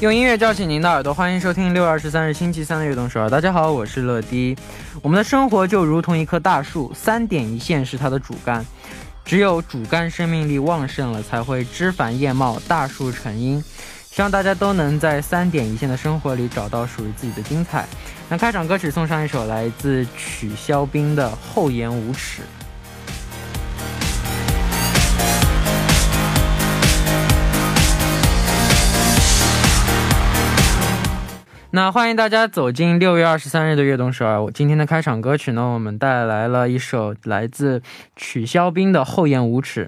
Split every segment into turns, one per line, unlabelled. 用音乐叫醒您的耳朵，欢迎收听六月二十三日星期三的《悦动首尔》。大家好，我是乐迪。我们的生活就如同一棵大树，三点一线是它的主干，只有主干生命力旺盛了，才会枝繁叶茂，大树成荫。希望大家都能在三点一线的生活里找到属于自己的精彩。那开场歌曲送上一首来自曲筱冰的《厚颜无耻》。那欢迎大家走进六月二十三日的悦动首尔。我今天的开场歌曲呢，我们带来了一首来自曲筱冰的《厚颜无耻》。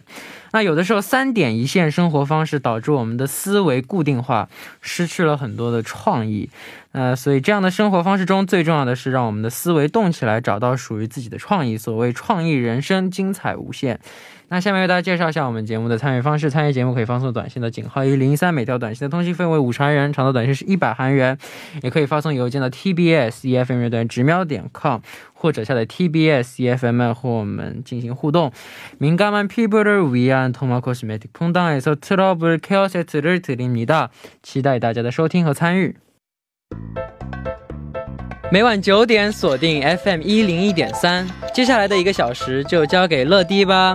那有的时候三点一线生活方式导致我们的思维固定化，失去了很多的创意。呃，所以这样的生活方式中，最重要的是让我们的思维动起来，找到属于自己的创意。所谓创意人生，精彩无限。那下面为大家介绍一下我们节目的参与方式。参与节目可以发送短信到井号一零一三，每条短信的通信费为五十韩元，长的短信是一百韩元。也可以发送邮件到 tbs efm 乐团直瞄点 com，或者下载 tbs efm E 和我们进行互动。민감한피부를위한토마코스메틱퐁당에서트러블케어세트를드립니다期待大家的收听和参与。每晚九点锁定 FM 一零一点三，接下来的一个小时就交给乐迪吧。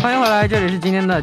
欢迎回来，这里是今天的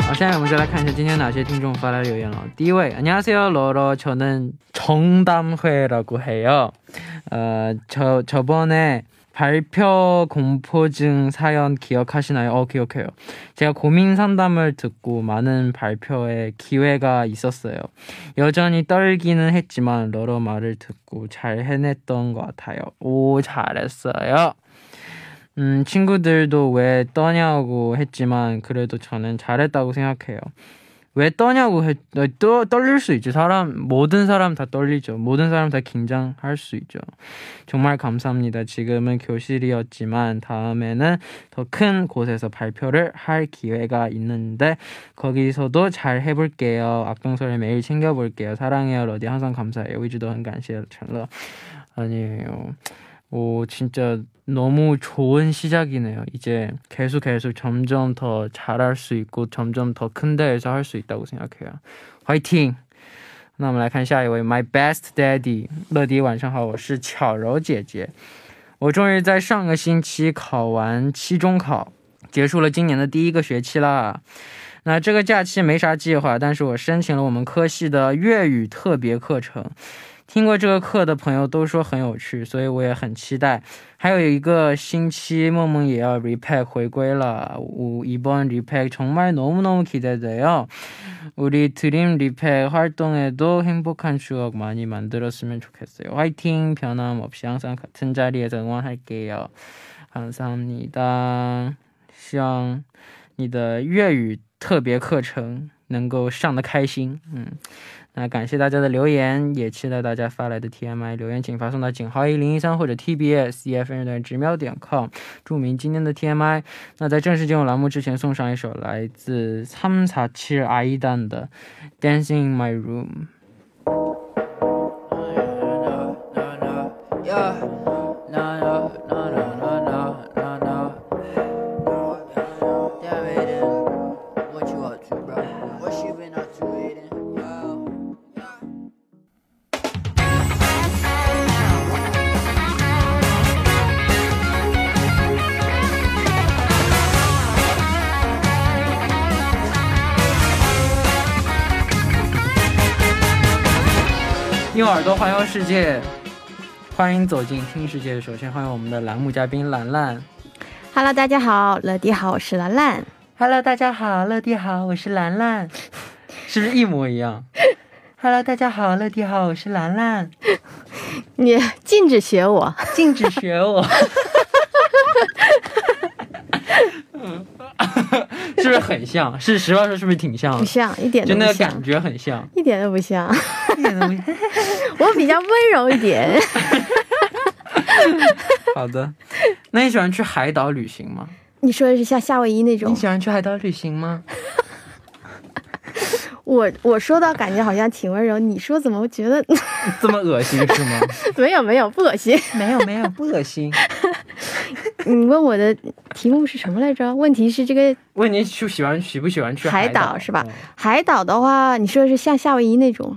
好，下面我们就来看一下今天哪些听众发来留言了。第一位，안녕하세요로로저는정담회라고해요 어, 저 저번에 발표 공포증 사연 기억하시나요? 어, 기억해요. 제가 고민 상담을 듣고 많은 발표에 기회가 있었어요. 여전히 떨기는 했지만 러러 말을 듣고 잘 해냈던 것 같아요. 오, 잘했어요. 음, 친구들도 왜 떠냐고 했지만 그래도 저는 잘했다고 생각해요. 왜 떠냐고 했, 어, 떠, 떨릴 수 있죠. 사람, 모든 사람 다 떨리죠. 모든 사람 다 긴장할 수 있죠. 정말 감사합니다. 지금은 교실이었지만 다음에는 더 큰 곳에서 발표를 할 기회가 있는데 거기서도 잘 해볼게요. 악동설을 매일 챙겨볼게요. 사랑해요. 러디 항상 감사해요. 위주도 한 간시에 잘러 아니에요. 오, 진짜 너무 좋은 시작이네요. 이제 계속 계속 점점 더 잘할 수 있고 점점 더 큰 데에서 할 수 있다고 생각해요. 화이팅! 那我们来看下一位 My Best Daddy 乐迪晚上好我是巧柔姐姐我终于在上个星期考完期中考结束了今年的第一个学期啦那这个假期没啥计划但是我申请了我们科系的粤语特别课程听过这个课的朋友都说很有趣，所以我也很期待。还有一个星期，梦梦也要 repack 回归了。我이번 repack 정말 너무너무 기대돼요. 우리 드림 리팩 활동에도 행복한 추억 많이 만들었으면 좋겠어요. 화이팅! 변함없이 항상 같은 자리에서 응원할게요. 감사합니다. 希望你的粤语特别课程能够上得开心。嗯。那感谢大家的留言，也期待大家发来的 TMI 留言，请发送到井号一零一三或者 TBS EFN 的直瞄 E 点 com，注明今天的 TMI。那在正式进入栏目之前，送上一首来自参查七阿依蛋的《Dancing in My Room》。
Wow.
用耳朵环游世界，欢迎走进听世界。首先欢迎我们的栏目嘉宾兰兰。
Hello，大家好，乐迪好，我是兰兰。
Hello，大家好，乐迪好，我是兰兰，是不是一模一样 ？Hello，大家好，乐迪好，我是兰兰，
你禁止学我，
禁止学我。嗯 是不是很像？是实话说，是不是挺像
不
的？
像，一点
就
都
那
不
个感
像，
觉很像。
一点都不像。 我比较温柔一点，
好的，那你喜欢去海岛旅行吗？
你说的是像夏威夷那种
你，喜欢去海岛旅行吗？
我我说到感觉好像挺温柔，你说怎么觉得
这么恶心是吗？
没 有没有不恶心？
没有没有，不恶心。
你问我的题目是什么来着？问题是这个
问你喜喜欢喜不喜欢去
海
岛
岛是吧？海岛的话，你说的是像夏威夷那种，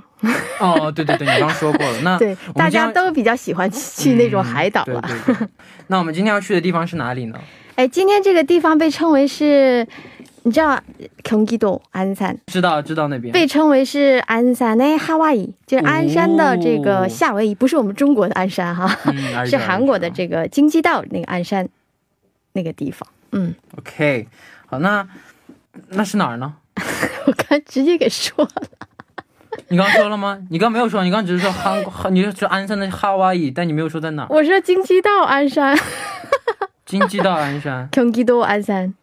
哦，对对对，你刚说过了。那
对，
我们
大
今天
家都比较喜欢去去那种海岛
嗯
了。
对对对那我们今天要去的地方是哪里呢？
哎，今天这个地方被称为是，你知道경기도鞍山
知道知道那边。
被称为是鞍山哎哈哇伊，就是鞍山的这
哦
个夏威夷，不是我们中国的鞍山哈，
嗯，而且
是韩国的这个京畿道那个鞍山那个地方。嗯，
OK，好，那那是哪儿呢？
我刚直接给说了，
你刚说了吗？你刚没有说，你刚只是说韩 国，你是说鞍山的夏威夷，但你没有说在哪儿。
我说京畿道鞍山，
京畿道鞍山
경기도 鞍山，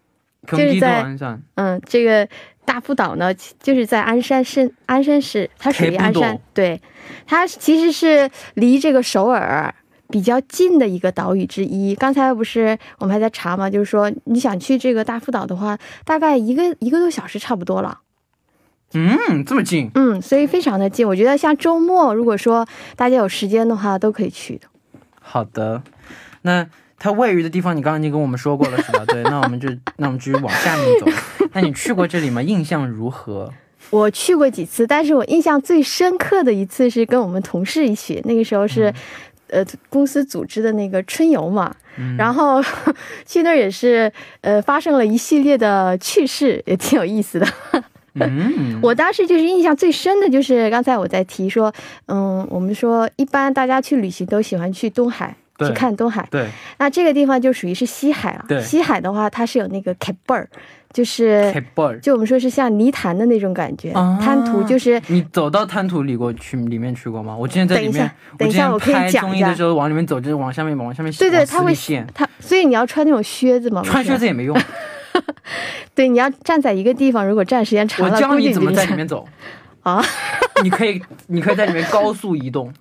경기도
是在
鞍山，
嗯，这个大浦岛呢，其就是在鞍山市，鞍山市它属于鞍
대부도
山，对，它其实是离这个首尔。比较近的一个岛屿之一。刚才不是我们还在查嘛，就是说你想去这个大浦岛的话，大概一个一个多小时差不多了。
嗯，这么近。
嗯，所以非常的近。我觉得像周末，如果说大家有时间的话，都可以去的。
好的，那它位于的地方你刚刚已经跟我们说过了是吧？ 对，那我们就那我们继续往下面走。那你去过这里吗？印象如何？
我去过几次，但是我印象最深刻的一次是跟我们同事一起，那个时候
嗯
是，呃，公司组织的那个春游嘛，
嗯
然后去那儿也是，呃，发生了一系列的趣事，也挺有意思的。
嗯，
我当时就是印象最深的就是刚才我在提说，嗯，我们说一般大家去旅行都喜欢去东海。
对
去看东海，
对，
那这个地方就属于是西海了、
对
西海的话，它是有那个 c a b e r 就是
开包儿。
就我们说是像泥潭的那种感觉，
啊
滩涂就是
你走到滩涂里过去里面去过吗？我之前在里面，
等一下
我
等一下
之前拍
我可以讲一下
综艺的时候往里面走，就是往下面往下面
对对，
往
它
死
会
里陷，
它，所以你要穿那种靴子嘛，
穿
不是
靴子也没 用。
对，你要站在一个地方，如果站时间
我
长了，
教
估计
你
你
怎么
就
在里面走
啊？
你可以，你可以在里面高速移 动。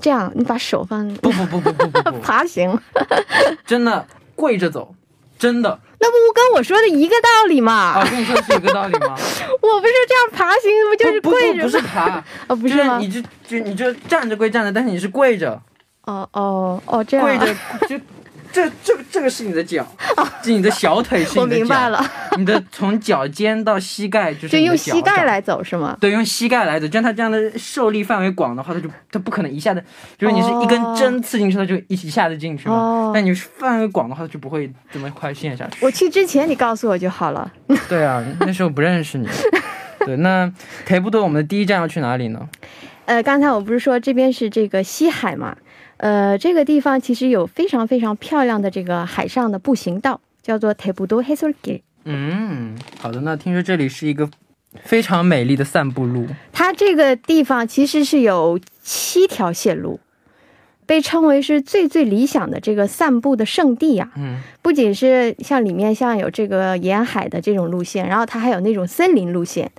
这样，你把手放
不不不不不不不，
爬行，
真的跪着走，真 的。
那不跟我说的一个道理嘛？
啊，跟你说的是一个道理吗？
我不是这样爬行，不 就是
不不
跪
不
着
不是
吗？
爬，
啊，不
就是
吗？
你就就你就站着归站着，但是你是跪着，
哦哦哦，这样
跪
啊，
着就这这个这个是你的脚，这你的小腿是
哦我
你的脚，
明白了，
你的从脚尖到膝盖就是
就
你的
用
脚
膝盖
掌。
来走是吗？
对，用膝盖来走，就像它这样的受力范围广的话，它就它不可能一下子，就是你是一根
哦
针刺进去，它就一一下子进去嘛。
哦
但你范围广的话，它就不会这么快陷下去。
我去之前你告诉我就好了。
对啊，那时候不认 识你。对，那台布多我们的第一站要去哪里呢？
呃，刚才我不是说这边是这个西海嘛？呃，这个地方其实有非常非常漂亮的这个海上的步行道，叫做대부도해솔길。
嗯，好的。那听说这里是一个非常美丽的散步路，
它这个地方其实是有七条线路，被称为是最最理想的这个散步的圣地呀、
嗯，
不仅是像里面像有这个沿海的这种路线，然后它还有那种森林路线，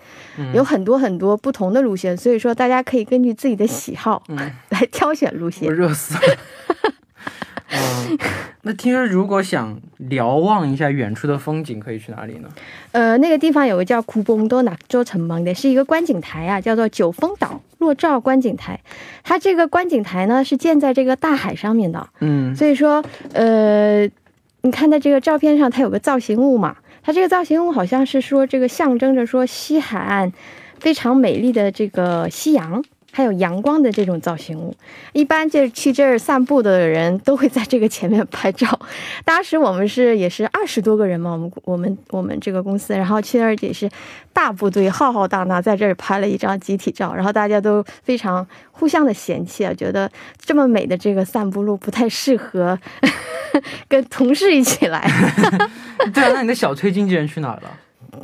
有很多很多不同的路线，所以说大家可以根据自己的喜好、 来挑选路
我
线。
热死 了。嗯，那听说如果想瞭望一下远处的风景，可以去哪里呢？
呃，那个地方有个叫库崩多纳州城邦的，是一个观景台啊，叫做九峰岛落照观景台。它这个观景台呢是建在这个大海上面的，
嗯，
所以说，呃，你看在这个照片上，它有个造型物嘛，它这个造型物好像是说这个象征着说西海岸非常美丽的这个夕阳，还有阳光的这种造型物。一般就是去这儿散步的人都会在这个前面拍照。当时我们是也是二十多个人嘛，我们我们我们这个公司，然后去那儿也是大部队浩浩荡荡在这儿拍了一张集体照，然后大家都非常互相的嫌弃啊，觉得这么美的这个散步路不太适合 跟同事一起来。
对啊，那你的小崔经纪人去哪儿了？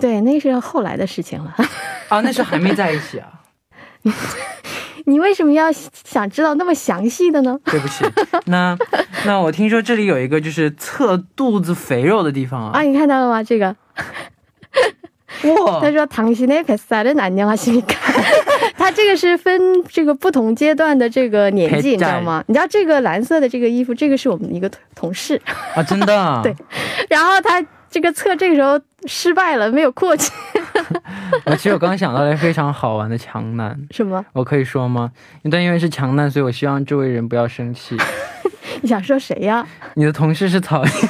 对，那是后来的事情了。
啊，那时候还没在一起啊。
你为什么要想知道那么详细的呢？
对不起，那那我听说这里有一个就是测肚子肥肉的地方
啊，
啊。
你看到了吗？这个
哇
他，说당신의뱃살은안녕하십니까？他这个是分这个不同阶段的这个年
陪
纪，你知
嫁
道吗？你知道这个蓝色的这个衣服，这个是我们的一个同同事，
啊，真的啊？
对然后他这个测这个时候失败了，没有过去，
我其实我刚想到了一个非常好玩的强男，
什么？
我可以说吗？但因为是强男，所以我希望周围人不要生气。
你想说谁呀？
你的同事是草，
这个一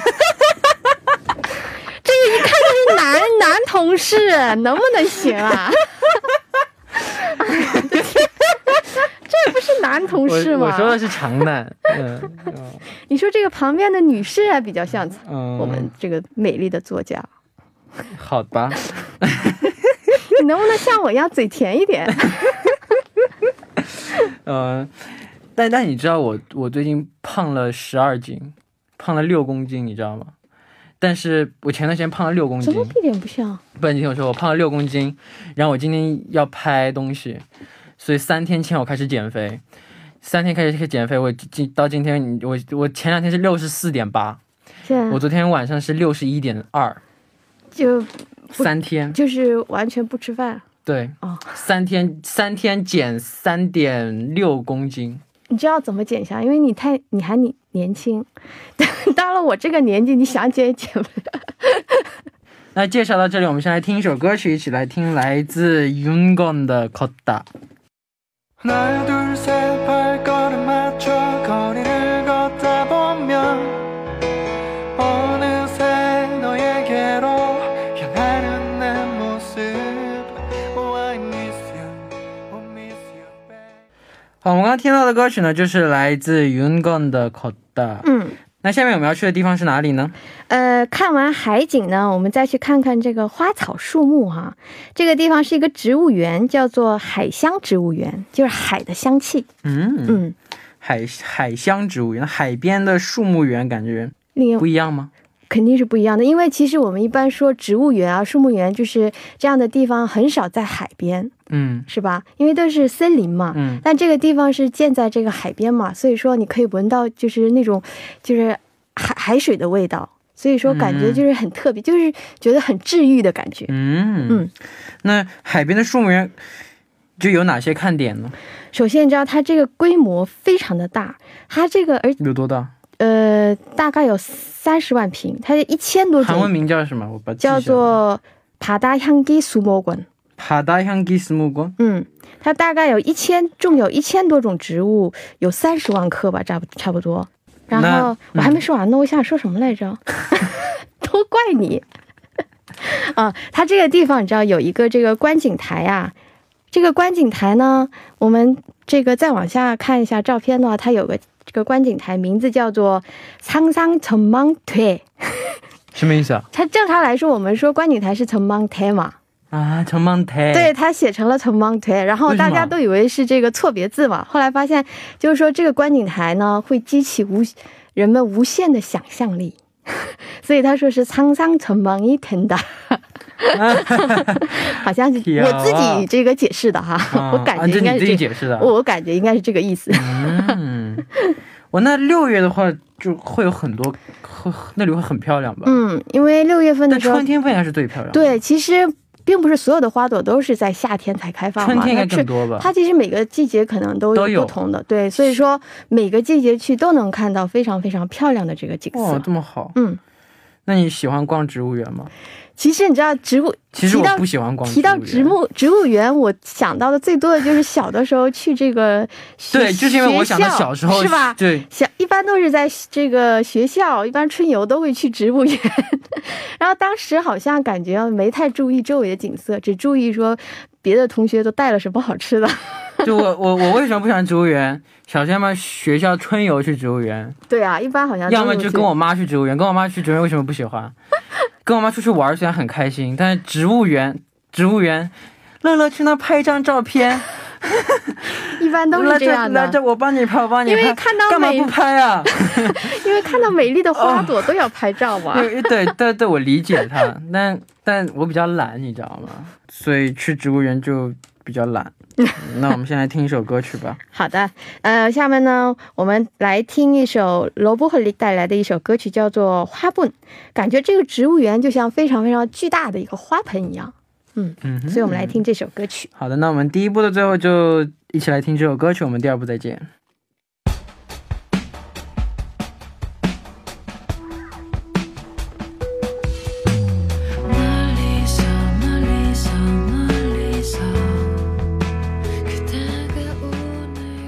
看就是男男同事， 能不能行啊？ 这不是男同
我
事
我
吗？
说的是强 男。嗯嗯
你说这个旁边的女士啊，比较像
嗯，
我们这个美丽的作家。
好吧。
你能不能像我一样嘴甜一点？
嗯，但但你知道我我最近胖了十二斤，胖了六公斤，你知道吗？但是我前段时间胖了六公
什
斤
么，一点不像？
不然你听我说，我胖了六公斤，然后我今天要拍东西，所以三天前我开始减肥，三天开始开始减肥，我今到今天我我前两天是六十四点八，
现
我
在
昨天晚上是六十一点二，
就
三天
就是完全不吃饭。
对
哦，
三天三天减三点六公斤，
你知道怎么减下？因为你太你还年年轻， 到了我这个年纪，你想减也减不了。
那介绍到这里，我们先来听一首歌曲，一起来听来自 Yungon 的《Koda》。
하나 둘 셋 발걸음 맞춰 거리를 걷다 보면 어느새 너에게로 향하는 내 모습 Oh I miss you, oh miss you babe
好，我们刚刚听到的歌曲呢，就是来自 Yungon 的《Koda》。
嗯，
那下面我们要去的地方是哪里呢？
呃，看完海景呢，我们再去看看这个花草树木哈、这个地方是一个植物园，叫做海香植物园，就是海的香气。
嗯，
嗯，
海海香植物园，海边的树木园，感觉
另
不一样吗？
肯定是不一样的，因为其实我们一般说植物园啊、树木园，就是这样的地方很少在海边，
嗯
是吧？因为都是森林嘛。
嗯，
但这个地方是建在这个海边嘛，所以说你可以闻到就是那种就是海海水的味道，所以说感觉就是很特别，就是觉得很治愈的感觉。
嗯
嗯
那海边的树木园就有哪些看点呢？
首先，你知道它这个规模非常的大，它这个而
有多大？
呃大概有三十万平，它有一千多
韩文
种，
名叫什么？我把它记下
叫
来
做바다향기수목원。
바다 향기 수목원。
嗯，它大概有一千，种有一千多种植物，有三十万棵吧，差不差不多。然
那
后我还没说完呢，我想说什么来着？嗯 都怪你 啊！它这个地方你知道有一个这个观景台啊，这个观景台呢，我们这个再往下看一下照片的话，它有个这个观景台，名字叫做苍桑城芒台。
什么意思啊？
它正常来说，我们说观景台是城芒台嘛，
啊，城邦台。
对，他写成了城邦腿，然后
为什么
大家都以为是这个错别字嘛，后来发现就是说这个观景台呢会激起无人们无限的想象力。 所以他说是沧桑城邦一腾的， 好像是
呀
我自己这个解释的哈，
啊，
我感觉应
啊、这
该
你自
是
己
这
解释的。
我我感觉应该是这个意思。
嗯，我那六月的话就会有很多，会那里会很漂亮吧？
嗯，因为六月份
但
的时候
春，天不应该是最漂亮的，，
对，其实并不是所有的花朵都是在夏天才开放嘛，
春天应
那
该
春
更多吧？
它其实每个季节可能都
都有
有不同的，对，所以说每个季节去都能看到非常非常漂亮的这个景
哇，
色。
哦这么好。
嗯，
那你喜欢逛植物园吗？
其实你知道植物，
其实
提
我
到
不喜欢逛
提到
植物
植
园。
物植物园，我想到的最多的就是小的时候去这个学
对，就是因为我想到
学校
小时候
是吧？
对，
小一般都是在这个学校，一般春游都会去植物园， 然后当时好像感觉没太注意周围的景色，只注意说别的同学都带了什么好吃的。
就我我我为什么不想植物园？首先嘛，学校春游去植物园，
对啊，一般好像
要么
都是
就跟我妈去植物园，跟我妈去植物园为什么不喜欢？跟我妈出去玩虽然很开心，但是植物园植物园，乐乐去那拍一张照片，
一般都
来
是
这
这样
来
的
这，，我帮你拍，我帮你
因为
拍。
看到
干嘛
美
不，哦拍啊？
因为看到美丽的花朵都要拍照啊嘛。
对对对对，我理解他，但但我比较懒，你知道吗？所以去植物园就比较懒。那我们现在听一首歌曲吧。
好的，呃，下面呢，我们来听一首罗伯和利带来的一首歌曲，叫做《花盆》，感觉这个植物园就像非常非常巨大的一个花盆一样，
嗯哼，
所以我们来听这首歌曲。
好的，那我们第一部的最后就一起来听这首歌曲，我们第二部再见。
멀리서 멀리서 멀리서 그대가 오나요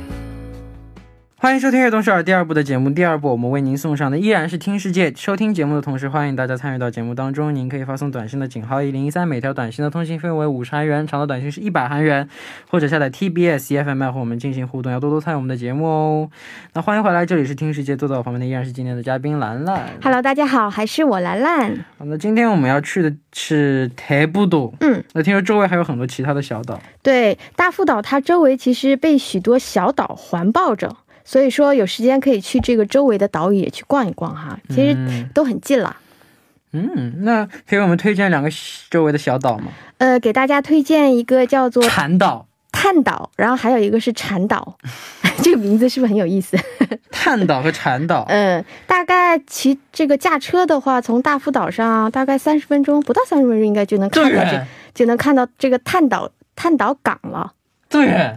欢迎收听《悦动首尔》第二部的节目。第二部我们为您送上的依然是听世界。收听节目的同时，欢迎大家参与到节目当中。您可以发送短信的井号一零一三，每条短信的通信费为五十韩元，长的短信是一百韩元，或者下载 TBS EFM E 和我们进行互动，要多多参与我们的节目哦。那欢迎回来，这里是听世界，坐在我旁边的依然是今天的嘉宾兰兰。
Hello，大家好，还是我兰兰。
好，那今天我们要去的是台布岛。
嗯，
那听说周围还有很多其他的小岛。
对，大富岛它周围其实被许多小岛环抱着，所以说有时间可以去这个周围的岛屿也去逛一逛哈，其实
嗯
都很近了。
嗯，那可以给我们推荐两个周围的小岛吗？
呃，给大家推荐一个叫做
产岛、
探岛，然后还有一个是禅岛， 这个名字是不是很有意思？
探岛和产岛。
嗯，大概骑这个驾车的话，从大福岛上大概三十分钟，不到三十分钟应该就能
这么
看到这
远，
就能看到这个探岛探岛港了。
这么远。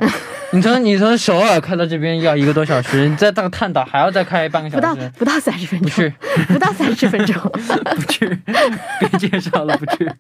你从你从首尔开到这边要一个多小时，你再到探岛还要再开半个
不
小
到
时，
不到三十分
不
钟
去，
不到三十分钟，
不去， 别介绍了，不去。啊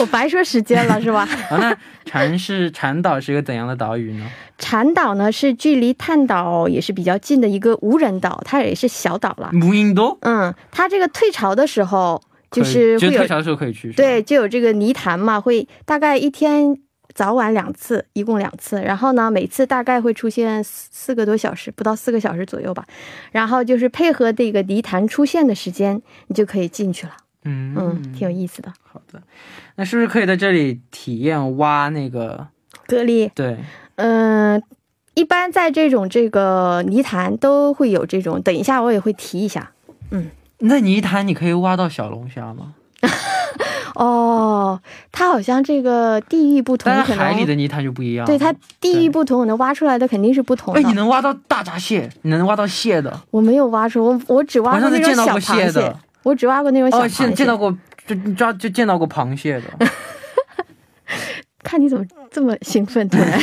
我白说时间了是吧？
好，那禅是禅岛是一个怎样的岛屿呢？
禅岛呢是距离探岛也是比较近的一个无人岛，它也是小岛了。
母印都
嗯，它这个退潮的时候就是
就
会
是
有
退潮的时候可以去，是吧，
对，就有这个泥潭嘛，会大概一天早晚两次，一共两次。然后呢，每次大概会出现四四个多小时，不到四个小时左右吧。然后就是配合这个泥潭出现的时间，你就可以进去了。
嗯
嗯，挺有意思的。
好的。那是不是可以在这里体验挖那个？
蛤蜊，
对，
嗯。一般在这种这个泥潭都会有这种，等一下我也会提一下
那泥潭你可以挖到小龙虾吗？
哦。它好像这个地域不同，
但是
可
海里
能
的泥潭就不一样。
对它地
对
域不同，可能挖出来的肯定是不同的。
哎，你能挖到大闸蟹，你能挖到蟹的。
我没有挖出，我我只挖
我上次
那
见
种
到
小
过蟹
螃蟹
的，
我只挖过那种小
哦，
螃蟹。
见见到过，就抓就见到过螃蟹的。
看你怎么这么兴奋，突然。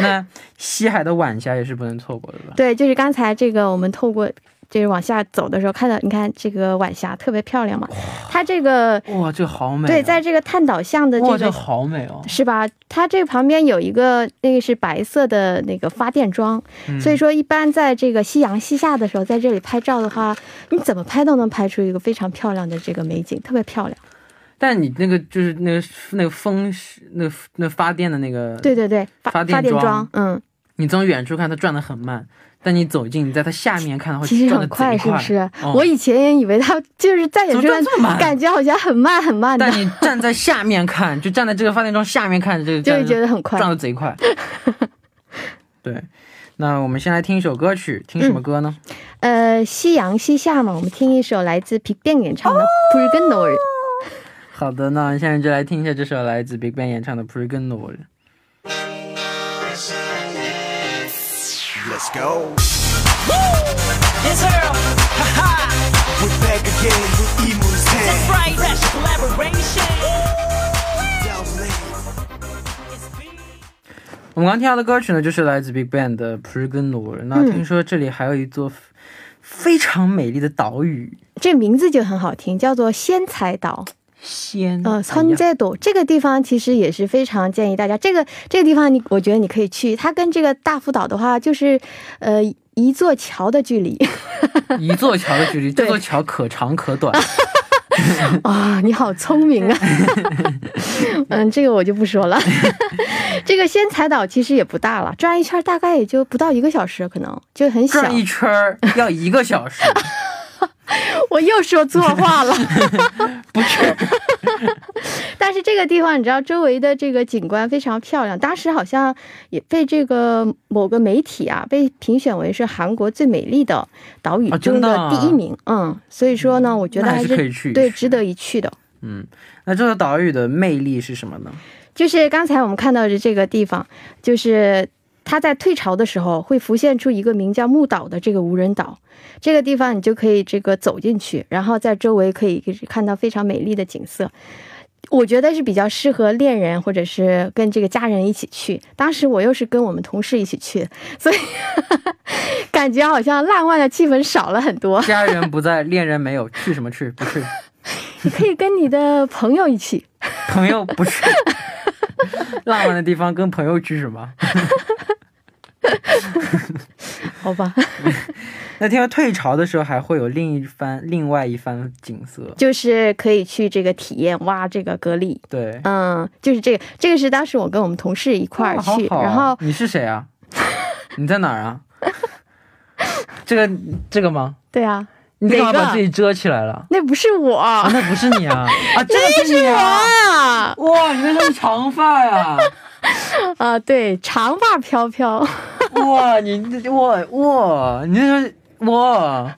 那西海的晚霞也是不能错过的吧？
对，就是刚才这个，我们透过就是往下走的时候，看到你看这个晚霞特别漂亮嘛，它这个
哇，这好美、啊！
对，在这个探岛巷的
哇，
这
这
个。
好美哦。
是吧？它这旁边有一个那个是白色的那个发电桩，
嗯
所以说一般在这个夕阳西下的时候，在这里拍照的话，你怎么拍都能拍出一个非常漂亮的这个美景，特别漂亮。
但你那个就是那个那个风是那那发电的那个，
对，对对，发
发电
电
桩
桩，嗯，
你从远处看它转的很慢，但你走近，你在它下面看的话，
其实
转
很
的快，
快，是不是？
哦
我以前也以为它就是在
怎
远
么
处
转这么慢？啊
感觉好像很慢很慢的
但， 你站在下面看，就站在这个发电桩下面看，这个
就
站
会
着
觉得很快
转。的贼 快。对，那我们先来听一首歌曲，听
嗯
什么歌呢？
呃，夕阳西下嘛，我们听一首来自 Big Bang 演
哦
唱的《p r i g n o r
好的，那我们现在就来听一下这首来自 BigBang 演唱的《p r i g o n o r
Let's go. Woo! Yes, girl. We're back again with Emu's head.
right, fresh collaboration.
Down lane.
我们刚听到的歌曲呢，就是来自 BigBang 的《p r i g o n o r 那听说这里还有一座非常美丽的岛屿，
这名字就很好听，叫做仙才岛。
仙
呃，
哎
村
呀
在岛这个地方其实也是非常建议大家，这个这个地方你我觉得你可以去，它跟这个大福岛的话就是，呃，一座桥的距离。
一座桥的距离，这
对
座桥可长可短。
哇，你好聪明 啊！嗯，这个我就不说了。 这个仙彩岛其实也不大了，转一圈大概也就不到一个小时，可能就很小。
转一圈儿要一个小时，
我又说错话了。
不去。
但是这个地方，你知道周围的这个景观非常漂亮，当时好像也被这个某个媒体啊被评选为是韩国最美丽的岛屿
哦真
中
的
的
啊
第一名。嗯，所以说呢，我觉得
那还
还
是
是
可以去一
对
试
值得一去的。
嗯，那这个岛屿的魅力是什么呢？
就是刚才我们看到的这个地方，就是它在退潮的时候会浮现出一个名叫木岛的这个无人岛，这个地方你就可以这个走进去，然后在周围可以看到非常美丽的景色。我觉得是比较适合恋人或者是跟这个家人一起去。当时我又是跟我们同事一起去，所以感觉好像浪漫的气氛少了很多。
家人不在，恋人没有，去什么去？不去，
你可以跟你的朋友一起，
朋友不去。浪漫的地方跟朋友去什么？
好吧？
那天退潮的时候还会有另一番、另外一番景色。
就是可以去这个体验挖这个蛤蜊。
对，
嗯，就是这个，这个是当时我跟我们同事一块儿
哇好
去，
好啊
然后
你是谁啊？ 你在哪儿啊？ 这个这个吗？
对啊，
你干嘛
哪个哦
把自己遮起来了？
那不是 我，
啊，那不是你 啊！啊，这个是你啊！
啊
哇，原来是长发 呀、
啊，对，长发飘
啊
飘，
哇，你这哇哇，你这哇，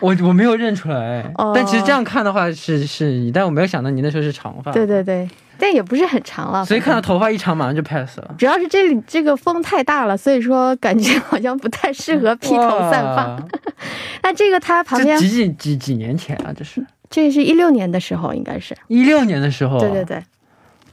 我我没有认出来
哦，
但其实这样看的话是是你，但我没有想到你那时候是长发，
对，对对，但也不是很长了，
所以看到头发一长马上就 pass 了。
主要是这里这个风太大了，所以说感觉好像不太适 合 披头散发。
哇，
那这个它旁
这
边，
几几几几年前啊？这 是
这是一六年的时候，应该是，
一六年的时候、啊
对对，对。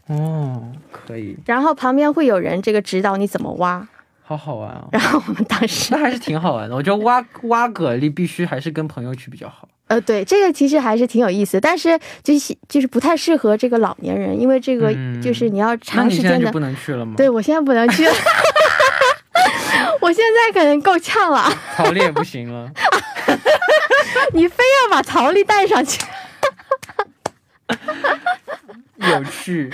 哦，可以，
然后旁边会有人这个指导你怎么挖，
好好玩啊、哦。
然后我们当时
那还是挺好玩的，我觉得挖挖蛤蜊必须还是跟朋友去比较好。
呃，对，这个其实还是挺有意思，但是就是就是不太适合这个老年人，因为这个
嗯
就是你要
那
长
你
时
现在
间
就
的。
不能去了吗？
对，，我现在不能去了， 我现在可能够呛了。
草力也不行了。
你非要把曹丽带上去，
有趣，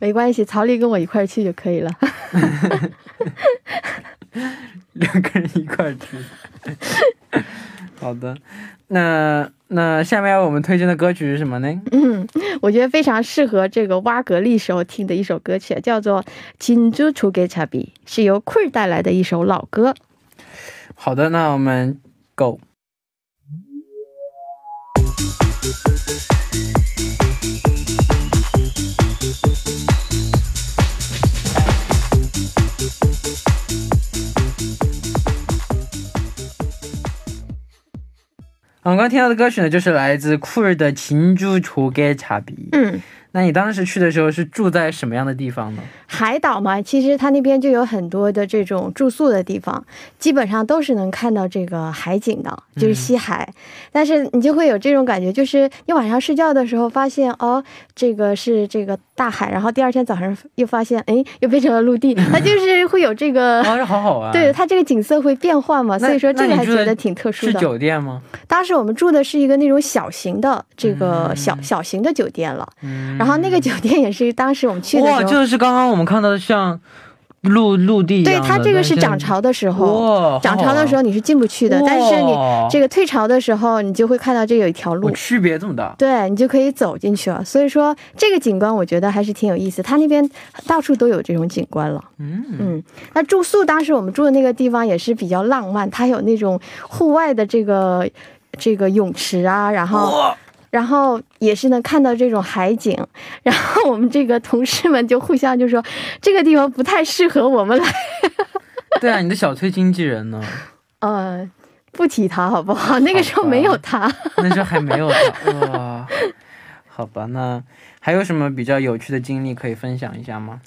没关系，曹丽跟我一块儿去就可以了。
两个人一块儿去。 好的，那那下面我们推荐的歌曲是什么呢？
嗯我觉得非常适合这个挖格蜊时候听的一首歌曲，叫做《金珠出给查比》，是由坤儿带来的一首老歌。
好的，那我们 go。我们刚刚听到的歌曲呢，就是来自酷儿的《情珠除给茶比》。
嗯，
那你当时去的时候是住在什么样的地方呢？
海岛嘛，其实它那边就有很多的这种住宿的地方，基本上都是能看到这个海景的，
嗯
就是西海。但是你就会有这种感觉，就是你晚上睡觉的时候发现，哦，这个是这个大海，然后第二天早上又发现，哎，又变成了陆 地，它就是会有这个。
啊，这好好玩。
对，它这个景色会变换嘛，
那
所以说这
那
个
你
还
住
觉
的
得挺特殊
是
的。
酒店吗？
当时我们住的是一个那种小型的这个小、小型的酒店了，
嗯
然后那个酒店也是当时我们去的时候，
哇，就是刚刚我们看到的像陆陆地一
对
样的
它这个是涨。
但
潮的时
现在
候，
哇，哦
涨潮的时候你是进不去
去
的，但是你这
个
个退潮的时候，你就会看到这有一条路。
区别这么大，
对你就可以走进去了，所以说这个景观我觉得还是挺有意思。它那边到处都有这种景观了。
嗯，
嗯，那住宿当时我们住的那个地方也是比较浪漫，它有那种户外的这个这个泳池啊，然后然后也是能看到这种海景。 然后我们这个同事们就互相就说这个地方不太适合我们来，
对啊，你的小崔经纪人呢？
呃，不提他好不好？那个时候没有他。
那时候还没有他哇。好吧，那还有什么比较有趣的经历可以分享一下吗？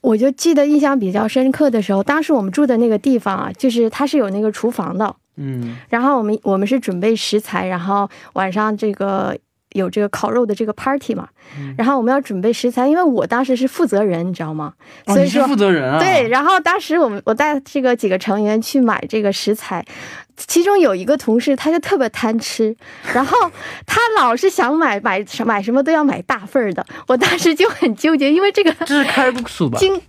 我就记得印象比较深刻的时候，当时我们住的那个地方啊，就是它是有那个厨房的，
嗯，
然后我们我们是准备食材，然后晚上这个有这个烤肉的这个 party 嘛，
嗯
然后我们要准备食材，因为我当时是负责人，你知道吗？
哦，
所以
你是
说
负责人啊？
对，，然后当时我们我带这个几个成员去买这个食材，其中有一个同事他就特别贪吃，然后他老是想买买买什么都要买大份儿的，我当时就很纠结，因为这个
这是칼국수吧？
经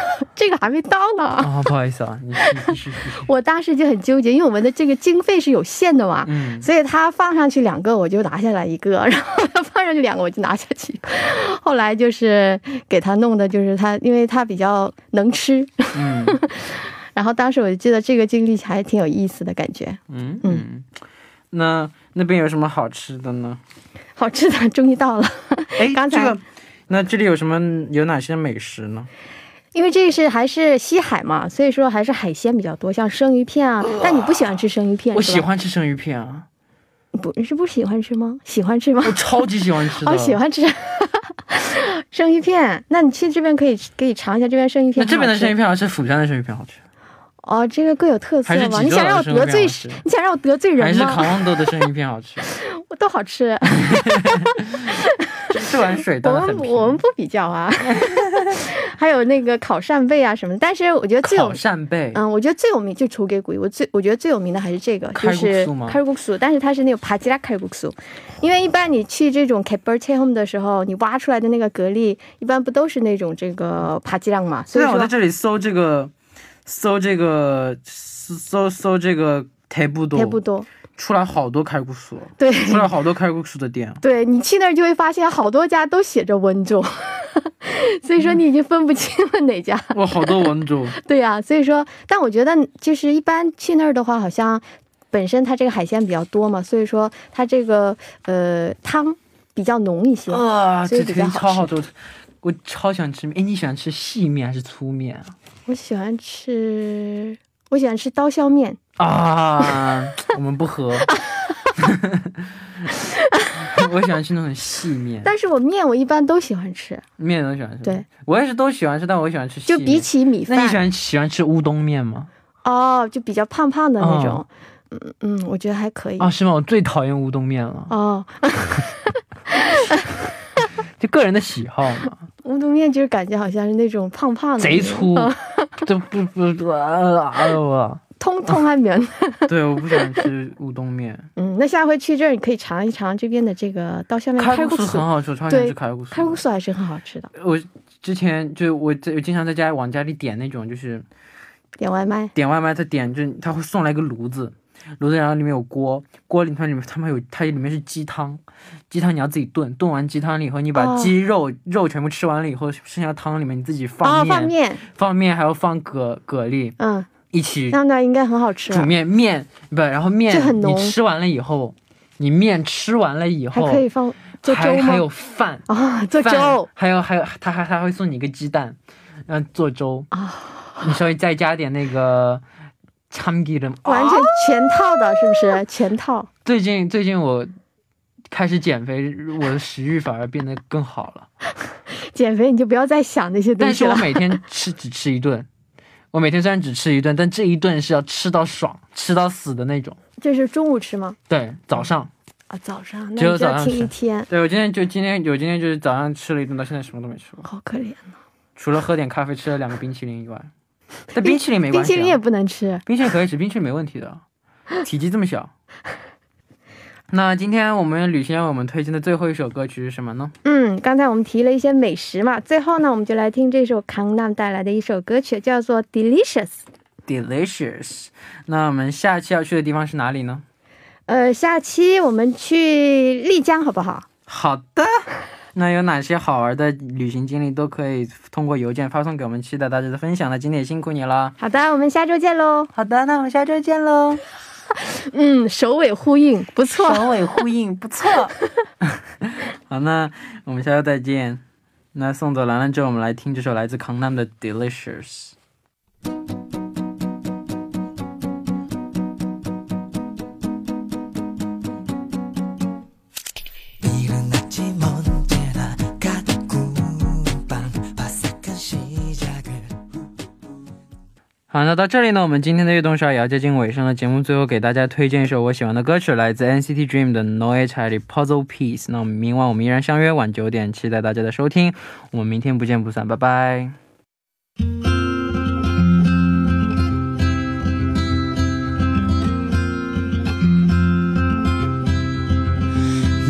这个还没到呢，
啊、不好意思啊，你你继续继续。
我当时就很纠结，因为我们的这个经费是有限的嘛。
嗯，
所以他放上去两个，我就拿下来一个； 然后他放上去两个，我就拿下去一个。后来就是给他弄的，就是他，因为他比较能吃，
嗯
然后当时我就记得这个经历还挺有意思的感觉，
嗯嗯
嗯，
那那边有什么好吃的呢？
好吃的终于到了，
哎，
刚才
这个，那这里有什么有哪些美食呢？
因为这是还是西海嘛，所以说还是海鲜比较多，像生鱼片啊。但你不喜欢吃生鱼片，
呃我
是吧
喜，欢吃生鱼片啊，
不是不喜欢吃吗？喜欢吃吗？
我超级喜欢吃的。
哦，喜。欢吃 生鱼片，那你去这边可以可以尝一下这边生鱼
那
片，
这边的生鱼
片
片还啊是釜山的生鱼片好吃？
哦，这个各有特色
还是
嘛。
济
你
州
想让
岛的生
我
鱼
得
片
罪
好吃？
你想让我得罪
还
人
是
吗
烤？望豆的生鱼片好 吃？
我 都好吃，
吃完水
我
当的
们
很
不
平。
我们不比较 啊。还有那个烤扇贝啊什么的，但是我觉得最有
烤扇贝，
嗯，我觉得最有名就楚给鬼，我最我觉得最有名的还是这个，就
칼국수
是
吗
칼국수，但是它是那种帕吉拉칼국수，因为一般你去这种 k a b e r t e h o m 的时候，你挖出来的那个蛤蜊，一般不都是那种这个帕吉拉嘛？所
虽
以
然啊我在
说，
这里搜这个，搜这个，搜搜搜这个台布多，
也不多。
出来好多开古书，
对
出来好多开古书的 店。
对，你去那儿就会发现好多家都写着温州， 所以
嗯
说你已经分不清了哪家。
哇，好多文主，
对呀、所以说，但我觉得就是一般去那儿的话，好像本身它这个海鲜比较多嘛，所以说它这个呃汤比较浓一些。
啊，
所以
这
比较
天
好吃
超好吃，我超喜欢吃面。哎，你喜欢吃细面还是粗面啊？
我喜欢吃，我喜欢吃刀削面。
啊，我们不合。我喜欢吃那种细面，
但是我面我一般都喜欢吃，
面都喜欢吃。
对，
我也是都喜欢吃，但我喜欢吃细
就
面。
比起米
那你喜
饭
欢喜欢吃乌冬面吗？
哦，就比较胖胖的那种
哦。
嗯嗯，我觉得还可以。
啊，是吗？我最讨厌乌冬面了，
哦，
就个人的喜好 嘛，
乌冬面就是感觉好像是那种胖胖的，
贼粗，
嗯
这不不不啊啊啊！
通通还没有。
对，我不喜欢吃乌冬面。
嗯，那下回去这儿你可以尝一尝这边的这个刀削面
开
骨
古酥很
酥，
好吃，我超喜欢吃
对
开古酥。
开骨酥还是很好吃的。
我之前就我在我经常在家往家里点那种，就是
点外卖，
点外卖，他点就他会送来一个炉子，炉子然后里面有锅，锅里它里面他们有它里面是鸡汤，鸡汤你要自己炖，炖完鸡汤了以后，你把
哦
鸡肉、肉全部吃完了以后，剩下汤里面你自己放
哦，
面，
放面，
放面还要放蛤蛤蜊
嗯，
一起
那那应该很好吃
煮
啊，
面，面不然后面
这很浓
你吃完了以后，你面吃完了以
还
后
可以放做
还
粥
还
吗
有？饭。
哦，做
饭
粥，
还有还有，他还他还会送你一个鸡蛋，然后做粥
啊
你稍微再加点那个참기름。
完全全套的，是不是？全套。
最近最近我开始减肥，我的食欲反而变得更好了。
减肥你就不要再想那些东
但
西
是
了
我。每天吃只吃一顿，我每天虽然只吃一顿，但这一顿是要吃到爽、吃到死的那种。
这是中午吃吗？
对，早上，
啊，早上，
只
那
有
你就
早
要
上
听一
吃
天，
嗯对我今天就今天有今天就是早上吃了一顿，到现在什么都没吃过，
好可怜。
除了喝点咖啡、吃了两个冰淇淋以外。但冰淇淋没
冰
关系、啊，
淇淋也不能吃，
冰淇淋可以吃， 冰淇淋没问题的，体积这么 小。那今天我们吕先生我们推荐的最后一首歌曲是什么呢？
嗯，刚才我们提了一些美食嘛，最后呢，我们就来听这首康纳带来的一首歌曲，叫做《Delicious》。
Delicious。那我们下期要去的地方是哪里呢？
呃，下期我们去丽江好不好？
好的。那有哪些好玩的旅行经历都可以通过邮件发送给我们，期待大家的分享。那今天也辛苦你了。
好的，我们下周见喽。
好的，那我们下周见喽。
嗯，首尾呼应，不错。
首尾呼应，不错。好，那我们下周再见。那送走兰兰之后，我们来听这首来自康 a 的《Delicious》。
이른 아침 언제나 같은 밤 바삭한 시작을
好，那到这里呢，我们今天的运动少也要接近尾声了。节目最后给大家推荐一首我喜欢的歌曲，来自 NCT Dream 的《No H I》里 Puzzle Piece。那我们明晚我们依然相约晚九点，期待大家的收听。我们明天不见不散，拜拜。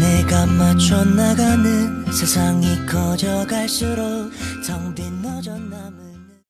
내가 맞춰 나가는 세상이 커져갈수록 텅 빈 너전 남은